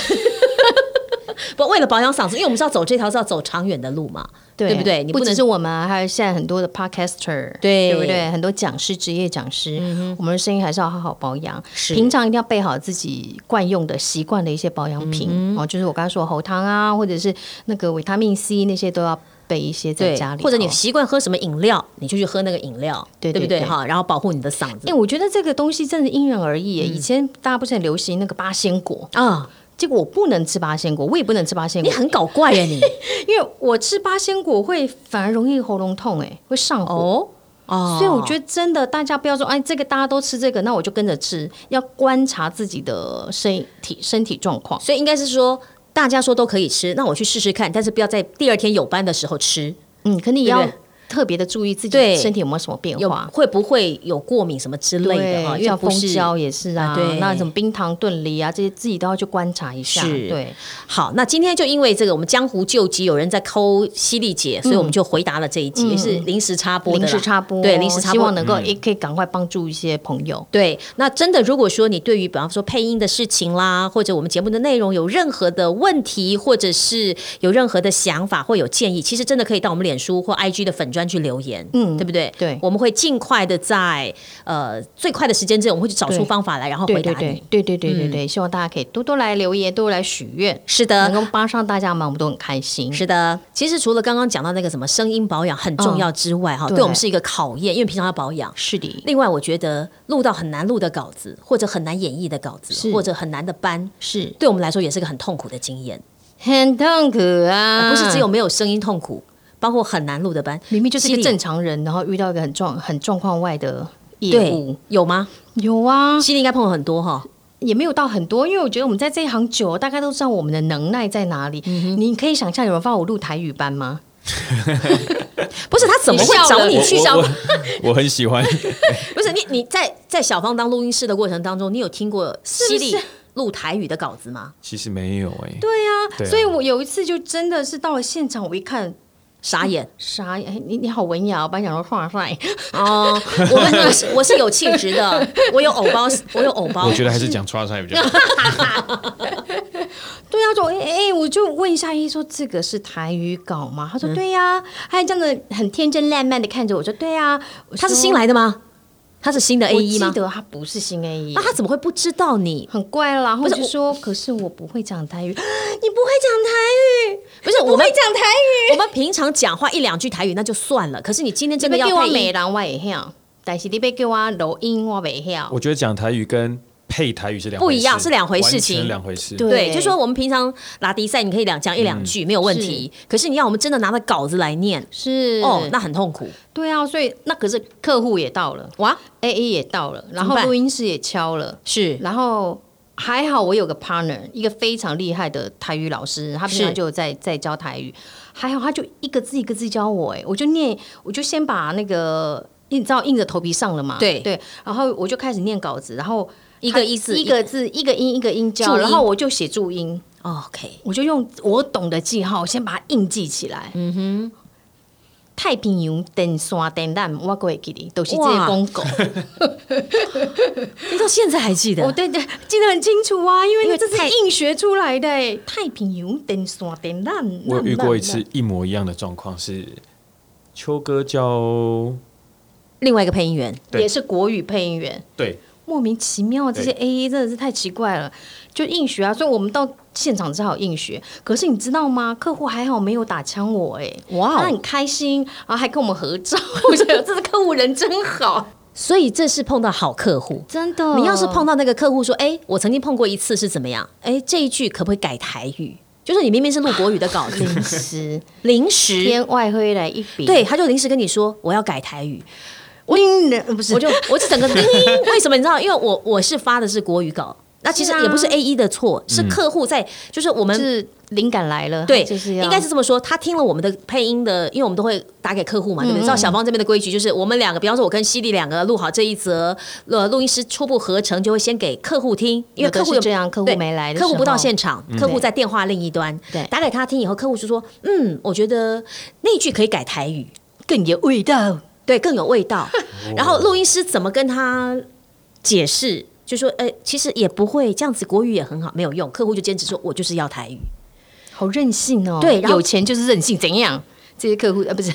Speaker 1: 不为了保养嗓子，因为我们是要走这条是要走长远的路嘛，对不对？你
Speaker 3: 不
Speaker 1: 不
Speaker 3: 只
Speaker 1: 能
Speaker 3: 是我们啊，还有现在很多的 podcaster，
Speaker 1: 对嗯
Speaker 3: 对不对？很多讲师、职业讲师，我们的声音还是要好好保养。
Speaker 1: 是
Speaker 3: 平常一定要备好自己惯用的、习惯的一些保养品
Speaker 1: 嗯
Speaker 3: 哦，就是我刚才说喉糖啊，或者是那个维他命 C 那些都要备一些在
Speaker 1: 对
Speaker 3: 家里哦，，
Speaker 1: 或者你习惯喝什么饮料，你就去喝那个饮料，
Speaker 3: 对
Speaker 1: 不
Speaker 3: 对
Speaker 1: 对？
Speaker 3: 对
Speaker 1: 哈，然后保护你的嗓子
Speaker 3: 哎、。我觉得这个东西真的因人而异
Speaker 1: 嗯
Speaker 3: 耶。以前大家不是很流行那个八仙果，
Speaker 1: 啊，
Speaker 3: 结果我不能吃八仙果，我也不能吃八仙
Speaker 1: 你
Speaker 3: 果，
Speaker 1: 很搞怪呀你
Speaker 3: 因为我吃八仙果会反而容易喉咙痛，哎，会上 火。
Speaker 1: 哦哦，
Speaker 3: 所以我觉得真的，大家不要说哎，这个大家都吃这个，那我就跟着吃，要观察自己的身体身体状况。
Speaker 1: 所以应该是说，大家说都可以吃，那我去试试看，但是不要在第二天有班的时候吃，
Speaker 3: 嗯，肯定也
Speaker 1: 对
Speaker 3: 要
Speaker 1: 不对
Speaker 3: 特别的注意自己
Speaker 1: 对
Speaker 3: 身体有没有什么变
Speaker 1: 有
Speaker 3: 化。
Speaker 1: 会不会有过敏什么之类的哈？
Speaker 3: 对，像
Speaker 1: 不
Speaker 3: 蜂
Speaker 1: 是
Speaker 3: 胶也是啊，
Speaker 1: 啊对
Speaker 3: 那什么冰糖炖梨啊，这些自己都要去观察一下。
Speaker 1: 是
Speaker 3: 对，
Speaker 1: 好，那今天就因为这个，我们江湖救急，有人在抠犀利姐，所以我们就回答了这一集，也是临时插播的啦，
Speaker 3: 嗯临时插播，嗯
Speaker 1: 对，临时插
Speaker 3: 希
Speaker 1: 播
Speaker 3: 望。能够也可以赶快帮助一些朋友。
Speaker 1: 对，那真的，如果说你对于比方说配音的事情啦，或者我们节目的内容有任何的问题，或者是有任何的想法或有建议，其实真的可以到我们脸书或 IG 的粉专去留言，嗯，对不对？
Speaker 3: 对
Speaker 1: 我们会尽快的在呃最快的时间之内，我们会去找出
Speaker 3: 对
Speaker 1: 方法来，然后
Speaker 3: 对
Speaker 1: 回
Speaker 3: 对
Speaker 1: 答你。
Speaker 3: 对对对对对对，希望大家可以多多来留言，多多来许愿，
Speaker 1: 是
Speaker 3: 能
Speaker 1: 的。
Speaker 3: 够帮上大家忙，我们都很开心。
Speaker 1: 是的，其实除了刚刚讲到那个什么声音保养很重要之外，哈、嗯
Speaker 3: 对
Speaker 1: 对我们是一个考验，因为平常要保养。
Speaker 3: 是的，
Speaker 1: 另外，我觉得录到很难录的稿子，或者很难演绎的稿
Speaker 3: 是
Speaker 1: 子，或者很难的班，
Speaker 3: 是
Speaker 1: 对我们来说也是个很痛苦的经验。
Speaker 3: 很痛苦啊，
Speaker 1: 不是只有没有声音痛苦，包括很难录的班，
Speaker 3: 明明就是
Speaker 1: 犀
Speaker 3: 一个
Speaker 1: 利
Speaker 3: 正常人，然后遇到一个很状很状况外的业务
Speaker 1: 对，有吗？
Speaker 3: 有啊，
Speaker 1: 心里应该碰了很多哈。
Speaker 3: 也没有到很多，因为我觉得我们在这一行久，大概都知道我们的能耐在哪里。你可以想象有人帮我录台语班吗？
Speaker 1: 不是他怎么会
Speaker 3: 你笑
Speaker 1: 找
Speaker 3: 了
Speaker 1: 你去
Speaker 2: 我
Speaker 1: 小
Speaker 2: 我？我很喜欢，
Speaker 1: 不是你你在在小芳当录音师的过程当中，你有听过犀利录台语的稿子吗？
Speaker 2: 其实没有哎、
Speaker 3: 对啊，
Speaker 2: 对啊
Speaker 3: 所以我有一次就真的是到了现场，我一看，
Speaker 1: 傻眼
Speaker 3: 傻眼，哎你你好文雅哦，我本来想说 话帅，
Speaker 1: 哦！我们我是我是有气质的， 我有偶包，我有偶包
Speaker 2: 我，觉得还是讲 trust 比较好。
Speaker 3: 对啊，就哎哎、我就问一下一说这个是台语稿吗？他说对呀、还这样的很天真烂漫的看着我说对啊呀、我
Speaker 1: 他是
Speaker 3: 说
Speaker 1: 新来的吗？他是新的 A
Speaker 3: 我
Speaker 1: E 吗
Speaker 3: 记？得他不是新 A E 一
Speaker 1: 那，他怎么会不知道你？
Speaker 3: 很怪啦。然后我
Speaker 1: 是
Speaker 3: 就
Speaker 1: 我
Speaker 3: 说，可是我不会讲台语，你不会讲台语，
Speaker 1: 不是我们
Speaker 3: 讲台语，
Speaker 1: 我们平常讲话一两句台语那就算了，可是你今天真
Speaker 3: 这
Speaker 1: 的
Speaker 3: 边
Speaker 1: 要
Speaker 3: 给我
Speaker 1: 配
Speaker 3: 美
Speaker 1: 音，
Speaker 3: 人我也晓，但是你别给我录音我袂晓。
Speaker 2: 我觉得讲台语跟配台语是两
Speaker 1: 不一样是两回事情
Speaker 2: 完全两回事。
Speaker 3: 对
Speaker 1: 对，就说我们平常拉迪赛你可以两讲一两
Speaker 2: 嗯
Speaker 1: 句、没有问题，可是你要我们真的拿着稿子来念，
Speaker 3: 是
Speaker 1: 哦，那很痛苦
Speaker 3: 对啊，所以那可是客户也到了
Speaker 1: 哇，
Speaker 3: ，A A 也到了，然
Speaker 1: 怎么
Speaker 3: 后
Speaker 1: 办
Speaker 3: 录音室也敲了，
Speaker 1: 是
Speaker 3: 然后还好我有个 partner，一个非常厉害的台语老师，他平常
Speaker 1: 是
Speaker 3: 就有在在教台语，还好他就一个字一个字教我，哎，我就念，我就先把那个。你知道硬着头皮上了嘛？
Speaker 1: 对
Speaker 3: 对，然后我就开始念稿子，然后
Speaker 1: 一个意思
Speaker 3: 一个字一个音一个音教，
Speaker 1: 注音
Speaker 3: 然后我就写注音，
Speaker 1: 哦 OK，
Speaker 3: 我就用我懂的记号先把它印记起来。嗯哼。太平洋登山登浪，我还会记得，都、就是这些
Speaker 1: 哇
Speaker 3: 公狗。
Speaker 1: 你到现在还记得
Speaker 3: 哦，？对对，记得很清楚啊，因
Speaker 1: 因
Speaker 3: 为
Speaker 1: 为
Speaker 3: 这是
Speaker 1: 太
Speaker 3: 硬学出来的欸。太平洋登山登浪，
Speaker 2: 我有遇过
Speaker 3: 浪
Speaker 2: 一次，一模一样的状况是，秋哥教
Speaker 1: 另外一个配音员
Speaker 3: 浪
Speaker 2: 对
Speaker 3: 也是国语配音员，
Speaker 2: 对
Speaker 3: 莫名其妙，这些
Speaker 2: 对
Speaker 3: A A 真的是太奇怪了。就硬学啊，所以我们到现场只好硬学。可是你知道吗？客户还好没有打枪我、哎，
Speaker 1: 哇哦
Speaker 3: 他很开心，然后还跟我们合 照，我觉得这个客户人真好，
Speaker 1: 所以这是碰到好客户。
Speaker 3: 真的。
Speaker 1: 你要是碰到那个客户说：“哎、我曾经碰过一次是怎么样？哎，这一句可不可以改台语？就是你明明是录国语的稿子，
Speaker 3: 零食，
Speaker 1: 临时
Speaker 3: 嗯天外飞来一笔，
Speaker 1: 对，他就临时跟你说我要改台语，
Speaker 3: 令人，呃不是，
Speaker 1: 我就我整个叮，为什么你知道？因为我我是发的是国语稿，那其实
Speaker 3: 是啊嗯
Speaker 1: 也不是 A 一的错，是客户在，就是我们
Speaker 3: 是灵感来了，
Speaker 1: 对，
Speaker 3: 就是要
Speaker 1: 应该是这么说。他听了我们的配音的，因为我们都会打给客户
Speaker 3: 嗯
Speaker 1: 嘛，对不对？照小芳这边的规矩，就是我们两个，比方说我跟犀利两个录好这一则，呃，录音师初步合成就会先给客户听，因为
Speaker 3: 有的
Speaker 1: 客户
Speaker 3: 是
Speaker 1: 有
Speaker 3: 这样客户
Speaker 1: 对
Speaker 3: 没来的时
Speaker 1: 客
Speaker 3: 候
Speaker 1: 户不到现场，客户在电话另一端，
Speaker 3: 对
Speaker 1: 打给他听以后，客户就说，嗯，我觉得那句可以改台语，
Speaker 3: 更有味道。
Speaker 1: 对，更有味 道。然后录音师怎么跟他解释？就说，呃，其实也不会这样子，国语也很好，没有用。客户就坚持说，我就是要台语。
Speaker 3: 好任性哦！
Speaker 1: 对然后
Speaker 3: 有钱就是任性，怎样？这些客户啊，不是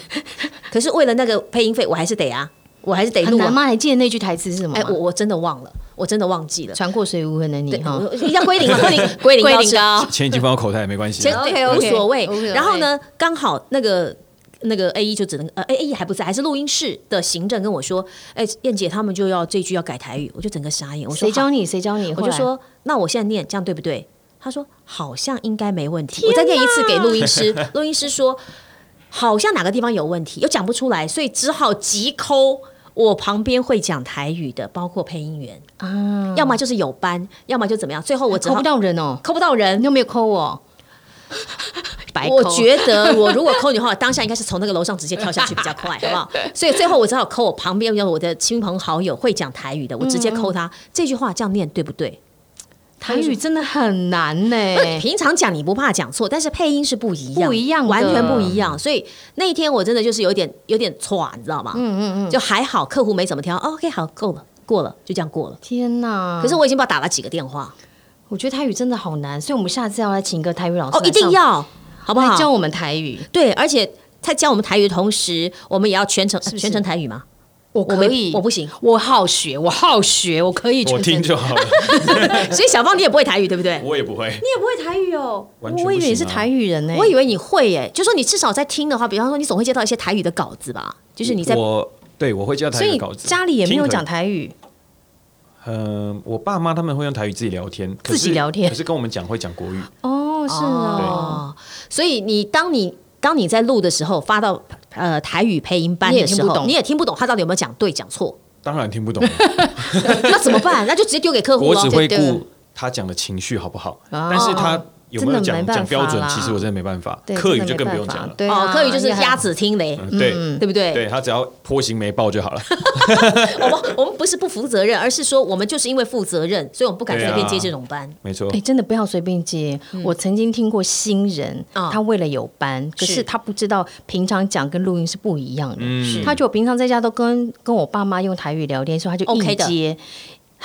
Speaker 1: 可是为了那个配音费，我还是得啊，我还是得
Speaker 3: 很
Speaker 1: 录
Speaker 3: 难
Speaker 1: 啊。
Speaker 3: 吗？还记得那句台词是什么吗？
Speaker 1: 哎，我我真的忘了，我真的忘记了。
Speaker 3: 船过水无痕的你
Speaker 1: 对，
Speaker 3: 哈
Speaker 1: 我，一定要归零嘛，归 零，归零
Speaker 3: 龟
Speaker 1: 高
Speaker 3: 苓膏
Speaker 1: 高，
Speaker 2: 钱已经放到口袋没关系
Speaker 1: 钱
Speaker 2: 啊，
Speaker 1: 对
Speaker 3: OK，OK，
Speaker 1: 无所谓
Speaker 3: 无所谓。
Speaker 1: 然后呢，刚好那个。那个 A 一就只能呃 A A 还不在，还是录音室的行政跟我说，哎、燕姐他们就要这句要改台语，我就整个傻眼。我说
Speaker 3: 谁
Speaker 1: 好
Speaker 3: 教你？谁教你？
Speaker 1: 我就
Speaker 3: 后来
Speaker 1: 说，那我现在念这样对不对？他说好像应该没问题。我再念一次给录音师，录音师说好像哪个地方有问题，又讲不出来，所以只好急抠。我旁边会讲台语的，包括配音员，
Speaker 3: 啊，
Speaker 1: 要么就是有班，要么就怎么样。最后我只
Speaker 3: 扣
Speaker 1: 好
Speaker 3: 不到人哦，
Speaker 1: 抠不到人
Speaker 3: 你。有没有扣我？ 白扣
Speaker 1: 我觉得我如果抠你的话，当下应该是从那个楼上直接跳下去比较快，好不 好？所以最后我只好抠我旁边有我的亲朋好友会讲台语的，我直
Speaker 3: 嗯
Speaker 1: 接抠他、这句话这样念对不对？
Speaker 3: 台语真的很难呢，
Speaker 1: 平常讲你不怕讲错，但是配音是不一样，
Speaker 3: 不一样的
Speaker 1: 完全不一样。所以那一天我真的就是有点有点错，你知道吗？嗯嗯嗯，就还好客户没怎么挑、o k 好，够了，过了，就这样过了。
Speaker 3: 天哪！
Speaker 1: 可是我已经不知道打了几个电话
Speaker 3: 我觉得台语真的好难，所以我们下次要来请一个台语老师
Speaker 1: 哦，一定要，好不
Speaker 3: 啊来上
Speaker 1: 好
Speaker 3: 来？教我们台语。
Speaker 1: 对，而且在教我们台语的同时，我们也要全程
Speaker 3: 不是
Speaker 1: 全程台语吗？
Speaker 3: 我
Speaker 1: 我
Speaker 3: 可
Speaker 1: 没
Speaker 3: 以，
Speaker 1: 我不行。
Speaker 3: 我好学，我好学，我可以。
Speaker 2: 我听就好了，
Speaker 1: 所以小芳你也不会台语，对不对？
Speaker 2: 我也不会。
Speaker 3: 你也不会台语哦，
Speaker 2: 完全
Speaker 3: 我以为
Speaker 2: 不行啊
Speaker 3: 你是台语人呢。
Speaker 1: 我以为你会耶，就说你至少在听的话，比方说你总会接到一些台语的稿子吧，就是你在
Speaker 2: 我对我会教
Speaker 3: 所
Speaker 2: 台语
Speaker 3: 以
Speaker 2: 的稿子，
Speaker 3: 家里也没有讲
Speaker 2: 听
Speaker 3: 台语。
Speaker 2: 可以。嗯，我爸妈他们会用台语自己聊天，可是
Speaker 3: 自己聊天
Speaker 2: 可是跟我们讲会讲国语。
Speaker 3: 哦，是哦，
Speaker 1: 哦，所以你当你当你在录的时候，发到呃台语配音班
Speaker 3: 你也
Speaker 1: 的时
Speaker 3: 听不
Speaker 1: 候，
Speaker 3: 懂
Speaker 1: 你也听不懂他到底有没有讲对讲错，
Speaker 2: 当然听不懂，啊
Speaker 1: 那怎么办？那就直接丢给客户
Speaker 2: 我
Speaker 1: 了哦
Speaker 2: 只。会
Speaker 3: 对对哦
Speaker 2: 顾他讲的情绪好不好，但是他有没有
Speaker 3: 真的没
Speaker 2: 讲
Speaker 3: 办
Speaker 2: 讲标
Speaker 3: 法
Speaker 2: 准
Speaker 3: 啦，
Speaker 2: 其实我真的没办法
Speaker 3: 对。
Speaker 2: 客语
Speaker 3: 真的
Speaker 2: 就
Speaker 3: 没办
Speaker 2: 更不用
Speaker 3: 法
Speaker 2: 讲了，
Speaker 3: 对
Speaker 1: 哦
Speaker 3: 啊，，
Speaker 1: 客语就是
Speaker 3: 也很
Speaker 1: 鸭子听雷，
Speaker 2: 嗯对
Speaker 1: 对不对？
Speaker 2: 对他只要坡形没报就好了。
Speaker 1: 我们我们不是不负责任，而是说我们就是因为负责任，所以我们不敢随
Speaker 2: 啊
Speaker 1: 便接这种班。
Speaker 2: 没错
Speaker 3: 哎、，真的不要随便接。
Speaker 1: 嗯
Speaker 3: 我曾经听过新人，
Speaker 1: 啊
Speaker 3: 他为了有班，可
Speaker 1: 是
Speaker 3: 是他不知道平常讲跟录音是不一样的。
Speaker 2: 嗯
Speaker 3: 他就平常在家都跟跟我爸妈用台语聊天，所以他就
Speaker 1: OK
Speaker 3: 硬
Speaker 1: 的
Speaker 3: 接。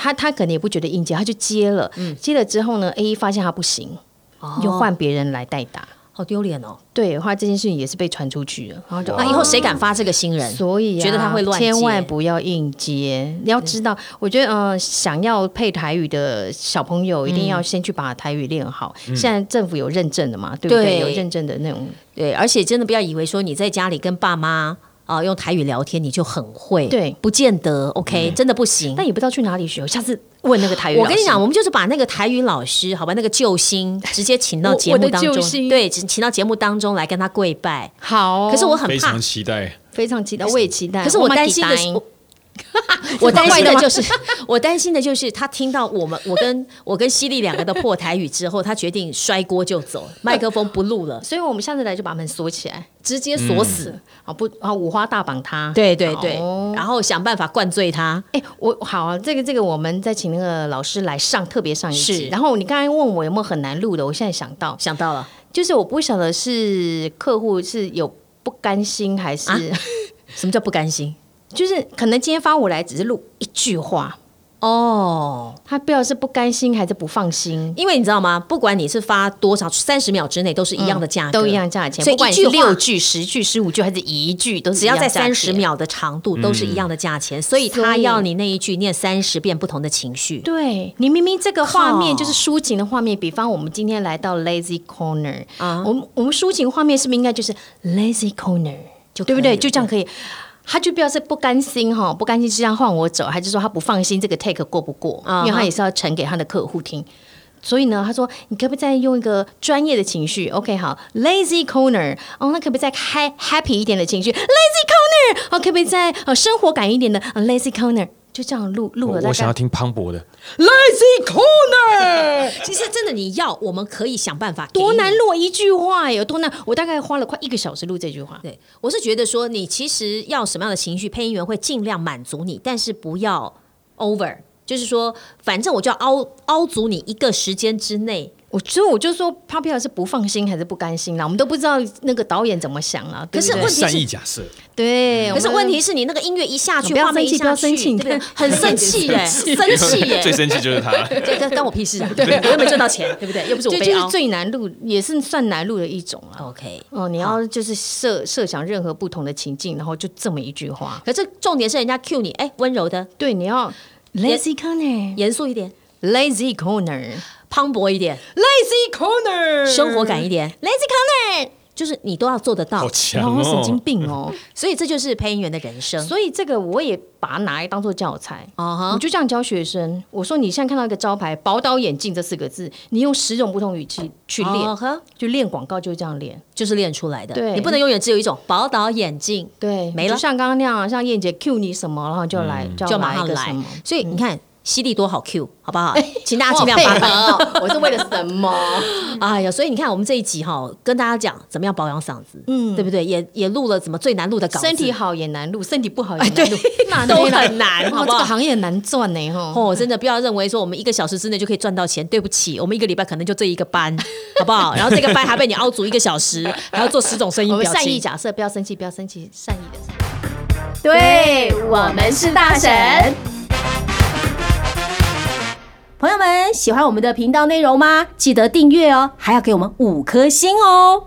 Speaker 3: 他他可能也不觉得硬接，他就接了。
Speaker 1: 嗯
Speaker 3: 接了之后呢，A 发现他不行，
Speaker 1: 哦
Speaker 3: 又换别人来代打。
Speaker 1: 好丢脸哦！
Speaker 3: 对，后来这件事情也是被传出去了，然后就
Speaker 1: 那
Speaker 3: 啊
Speaker 1: 以后谁敢发这个新人？
Speaker 3: 所以、啊、
Speaker 1: 觉得他会乱接
Speaker 3: 千万不要硬接。你要知道，我觉得，嗯、想要配台语的小朋友，一定
Speaker 1: 嗯
Speaker 3: 要先去把台语练好。现在政府有认证的嘛，对不对？
Speaker 1: 对
Speaker 3: 有认证的那种，
Speaker 1: 对，而且真的不要以为说你在家里跟爸妈啊、用台语聊天你就很会，
Speaker 3: 对
Speaker 1: 不见得 OK，、真的不行。
Speaker 3: 但也不知道去哪里学。我下次问那个台语。
Speaker 1: 嗯我跟你讲，，我们就是把那个台语老师，好吧，那个救 星，直接请到节目当
Speaker 3: 我我的
Speaker 1: 中，
Speaker 3: 救星
Speaker 1: 对，请请到节目当中来跟他跪拜。
Speaker 3: 好、哦
Speaker 1: 可是我很
Speaker 2: 非
Speaker 1: 怕
Speaker 2: 常，期待。
Speaker 3: 非常期待，我也期待。
Speaker 1: 哎可是我担心的是， 我我担心的就是，我担心的就是他听到我们，我跟 我跟犀利两个的破台语之后，他决定摔锅就走，麦克风不录了，
Speaker 3: 所以我们下次来就把门锁起来，
Speaker 1: 直接锁死。
Speaker 3: 啊不啊五花大绑他。
Speaker 1: 嗯对对对
Speaker 3: 好，
Speaker 1: 然后想办法灌醉他。
Speaker 3: 哎、我好啊，这个这个，我们再请那个老师来上特别上一
Speaker 1: 是
Speaker 3: 集。然后你刚才问我有没有很难录的，我现在想到，
Speaker 1: 想到了，
Speaker 3: 就是我不晓得是客户是有不甘心还 是，
Speaker 1: 啊什么叫不甘心？
Speaker 3: 就是可能今天发我来只是录一句话，
Speaker 1: 哦，
Speaker 3: 他不知道是不甘心还是不放心，
Speaker 1: 因为你知道吗？不管你是发多少，三十秒之嗯内都是一样的价格，
Speaker 3: 都一样价钱，
Speaker 1: 所以
Speaker 3: 不管
Speaker 1: 一
Speaker 3: 你是
Speaker 1: 句话
Speaker 3: 六句、十句、十五句还是一句，都是
Speaker 1: 只要在三
Speaker 3: 一
Speaker 1: 十
Speaker 3: 样价钱。
Speaker 1: 秒的长度都是一样的价钱，所以
Speaker 3: 所
Speaker 1: 他
Speaker 3: 以
Speaker 1: 要你那一句念三十遍不同的情绪。
Speaker 3: 对你明明这个画面
Speaker 1: 靠
Speaker 3: 就是抒情的画面，比方我们今天来到 Lazy Corner
Speaker 1: 啊
Speaker 3: 我们我们抒情画面是不是应该就是 Lazy Corner，就对不
Speaker 1: 可以
Speaker 3: 对？
Speaker 1: 了
Speaker 3: 就这样可以。他就表示不甘心哈，不甘心就这样换我走，他就说他不放心这个 take 过不过，
Speaker 1: 啊哈
Speaker 3: 因为他也是要呈给他的客户听。所以呢，他说你可不可以再用一个专业的情绪？OK，好，lazy corner，哦，那可不可以再开 happy 一点的情绪？lazy corner，哦，可不可以再呃生活感一点的、呃 lazy corner？就这样录录
Speaker 2: 我
Speaker 3: 了大概。
Speaker 2: 我想要听磅礴的，
Speaker 3: Lazy Corner，
Speaker 1: 其实真的你要，我们可以想办法。
Speaker 3: 多难！落一句话有多难？我大概花了快一个小时录这句话。
Speaker 1: 对，我是觉得说，你其实要什么样的情绪，配音员会尽量满足你，但是不要 over。就是说，反正我就要凹凹足你一个时间之内。
Speaker 3: 我所以我就说，他不晓得是不放心还是不甘心啦，我们都不知道那个导演怎么想啦。
Speaker 1: 可是
Speaker 3: 对不
Speaker 1: 问题是
Speaker 2: 善意假设，
Speaker 3: 对，对
Speaker 1: 可是
Speaker 3: 我们
Speaker 1: 问题是你那个音乐一下去，
Speaker 3: 哦不要
Speaker 1: 画面
Speaker 3: 生气
Speaker 1: 一
Speaker 3: 不要
Speaker 1: 下
Speaker 3: 生
Speaker 1: 去，对
Speaker 3: 气
Speaker 1: 不对？很生气 耶，生气
Speaker 2: 最
Speaker 1: 耶，
Speaker 2: 生气就是他。
Speaker 1: 这跟跟我屁事啊！对，我又没赚到钱，对不对？又不是我
Speaker 3: 这
Speaker 1: 被
Speaker 3: 就是
Speaker 1: 凹。
Speaker 3: 最难录，也是算难录的一种了。
Speaker 1: OK，
Speaker 3: 哦，你要就是设设想任何不同的情境，然后就这么一句话。
Speaker 1: 可是重点是人家 cue 你，哎，温柔的，
Speaker 3: 对，你要 Lazy Corner，Lazy
Speaker 1: 严肃一点，
Speaker 3: Corner，Lazy
Speaker 1: 磅礴一点，
Speaker 3: Corner，
Speaker 1: 生活感一点，
Speaker 3: ，Lazy Corner。
Speaker 1: 就是你都要做得到
Speaker 2: 好。
Speaker 3: 然
Speaker 2: 强
Speaker 3: 后神经
Speaker 2: 哦！
Speaker 3: 病哦，
Speaker 1: 所以这就是配音员的人生。
Speaker 3: 所以这个我也把它拿来当做教材。
Speaker 1: 啊
Speaker 3: 我
Speaker 1: 哈，
Speaker 3: 就这样教学生，我说你现在看到一个招牌“宝岛眼镜”这四个字，你用十种不同语气去练，
Speaker 1: 哦呵
Speaker 3: 就练广告就这样练。
Speaker 1: 就是练出来的。
Speaker 3: 对
Speaker 1: 你不能永远只有一种宝岛眼镜，
Speaker 3: 对，
Speaker 1: 没了
Speaker 3: 就像刚刚那样，像燕姐 Q 你什么，然后就来、就
Speaker 1: 就
Speaker 3: 要
Speaker 1: 马
Speaker 3: 来一
Speaker 1: 上
Speaker 3: 个什
Speaker 1: 来
Speaker 3: 么。。嗯
Speaker 1: 所以你看，犀利多好 Q，好不 好？请大家
Speaker 3: 我
Speaker 1: 尽量
Speaker 3: 配
Speaker 1: 把握。
Speaker 3: 合，我是为了什么？
Speaker 1: 哎呀，所以你看，我们这一集哈，跟大家讲怎么样保养嗓子，嗯，对不对？也也录了怎么最难录的稿子，啊
Speaker 3: 身 体好也难录，身体不好也难录，那
Speaker 1: 都
Speaker 3: 那
Speaker 1: 很 难，好
Speaker 3: 哦
Speaker 1: 不
Speaker 3: 这个
Speaker 1: 好？
Speaker 3: 行业难赚呢，吼。
Speaker 1: 哦，真的不要认为说我们一个小时之内就可以赚到钱，对不起，我们一个礼拜可能就这一个班， 好不好？然后这个班还被你凹足一个小时，还要做十种声
Speaker 3: 我
Speaker 1: 音
Speaker 3: 们
Speaker 1: 表
Speaker 3: 善意
Speaker 1: 情。
Speaker 3: 假设，不要生气，不要生气，善意的善意。
Speaker 4: 对我们是大神。朋友们，喜欢我们的频道内容吗？记得订阅哦，还要给我们五颗星哦。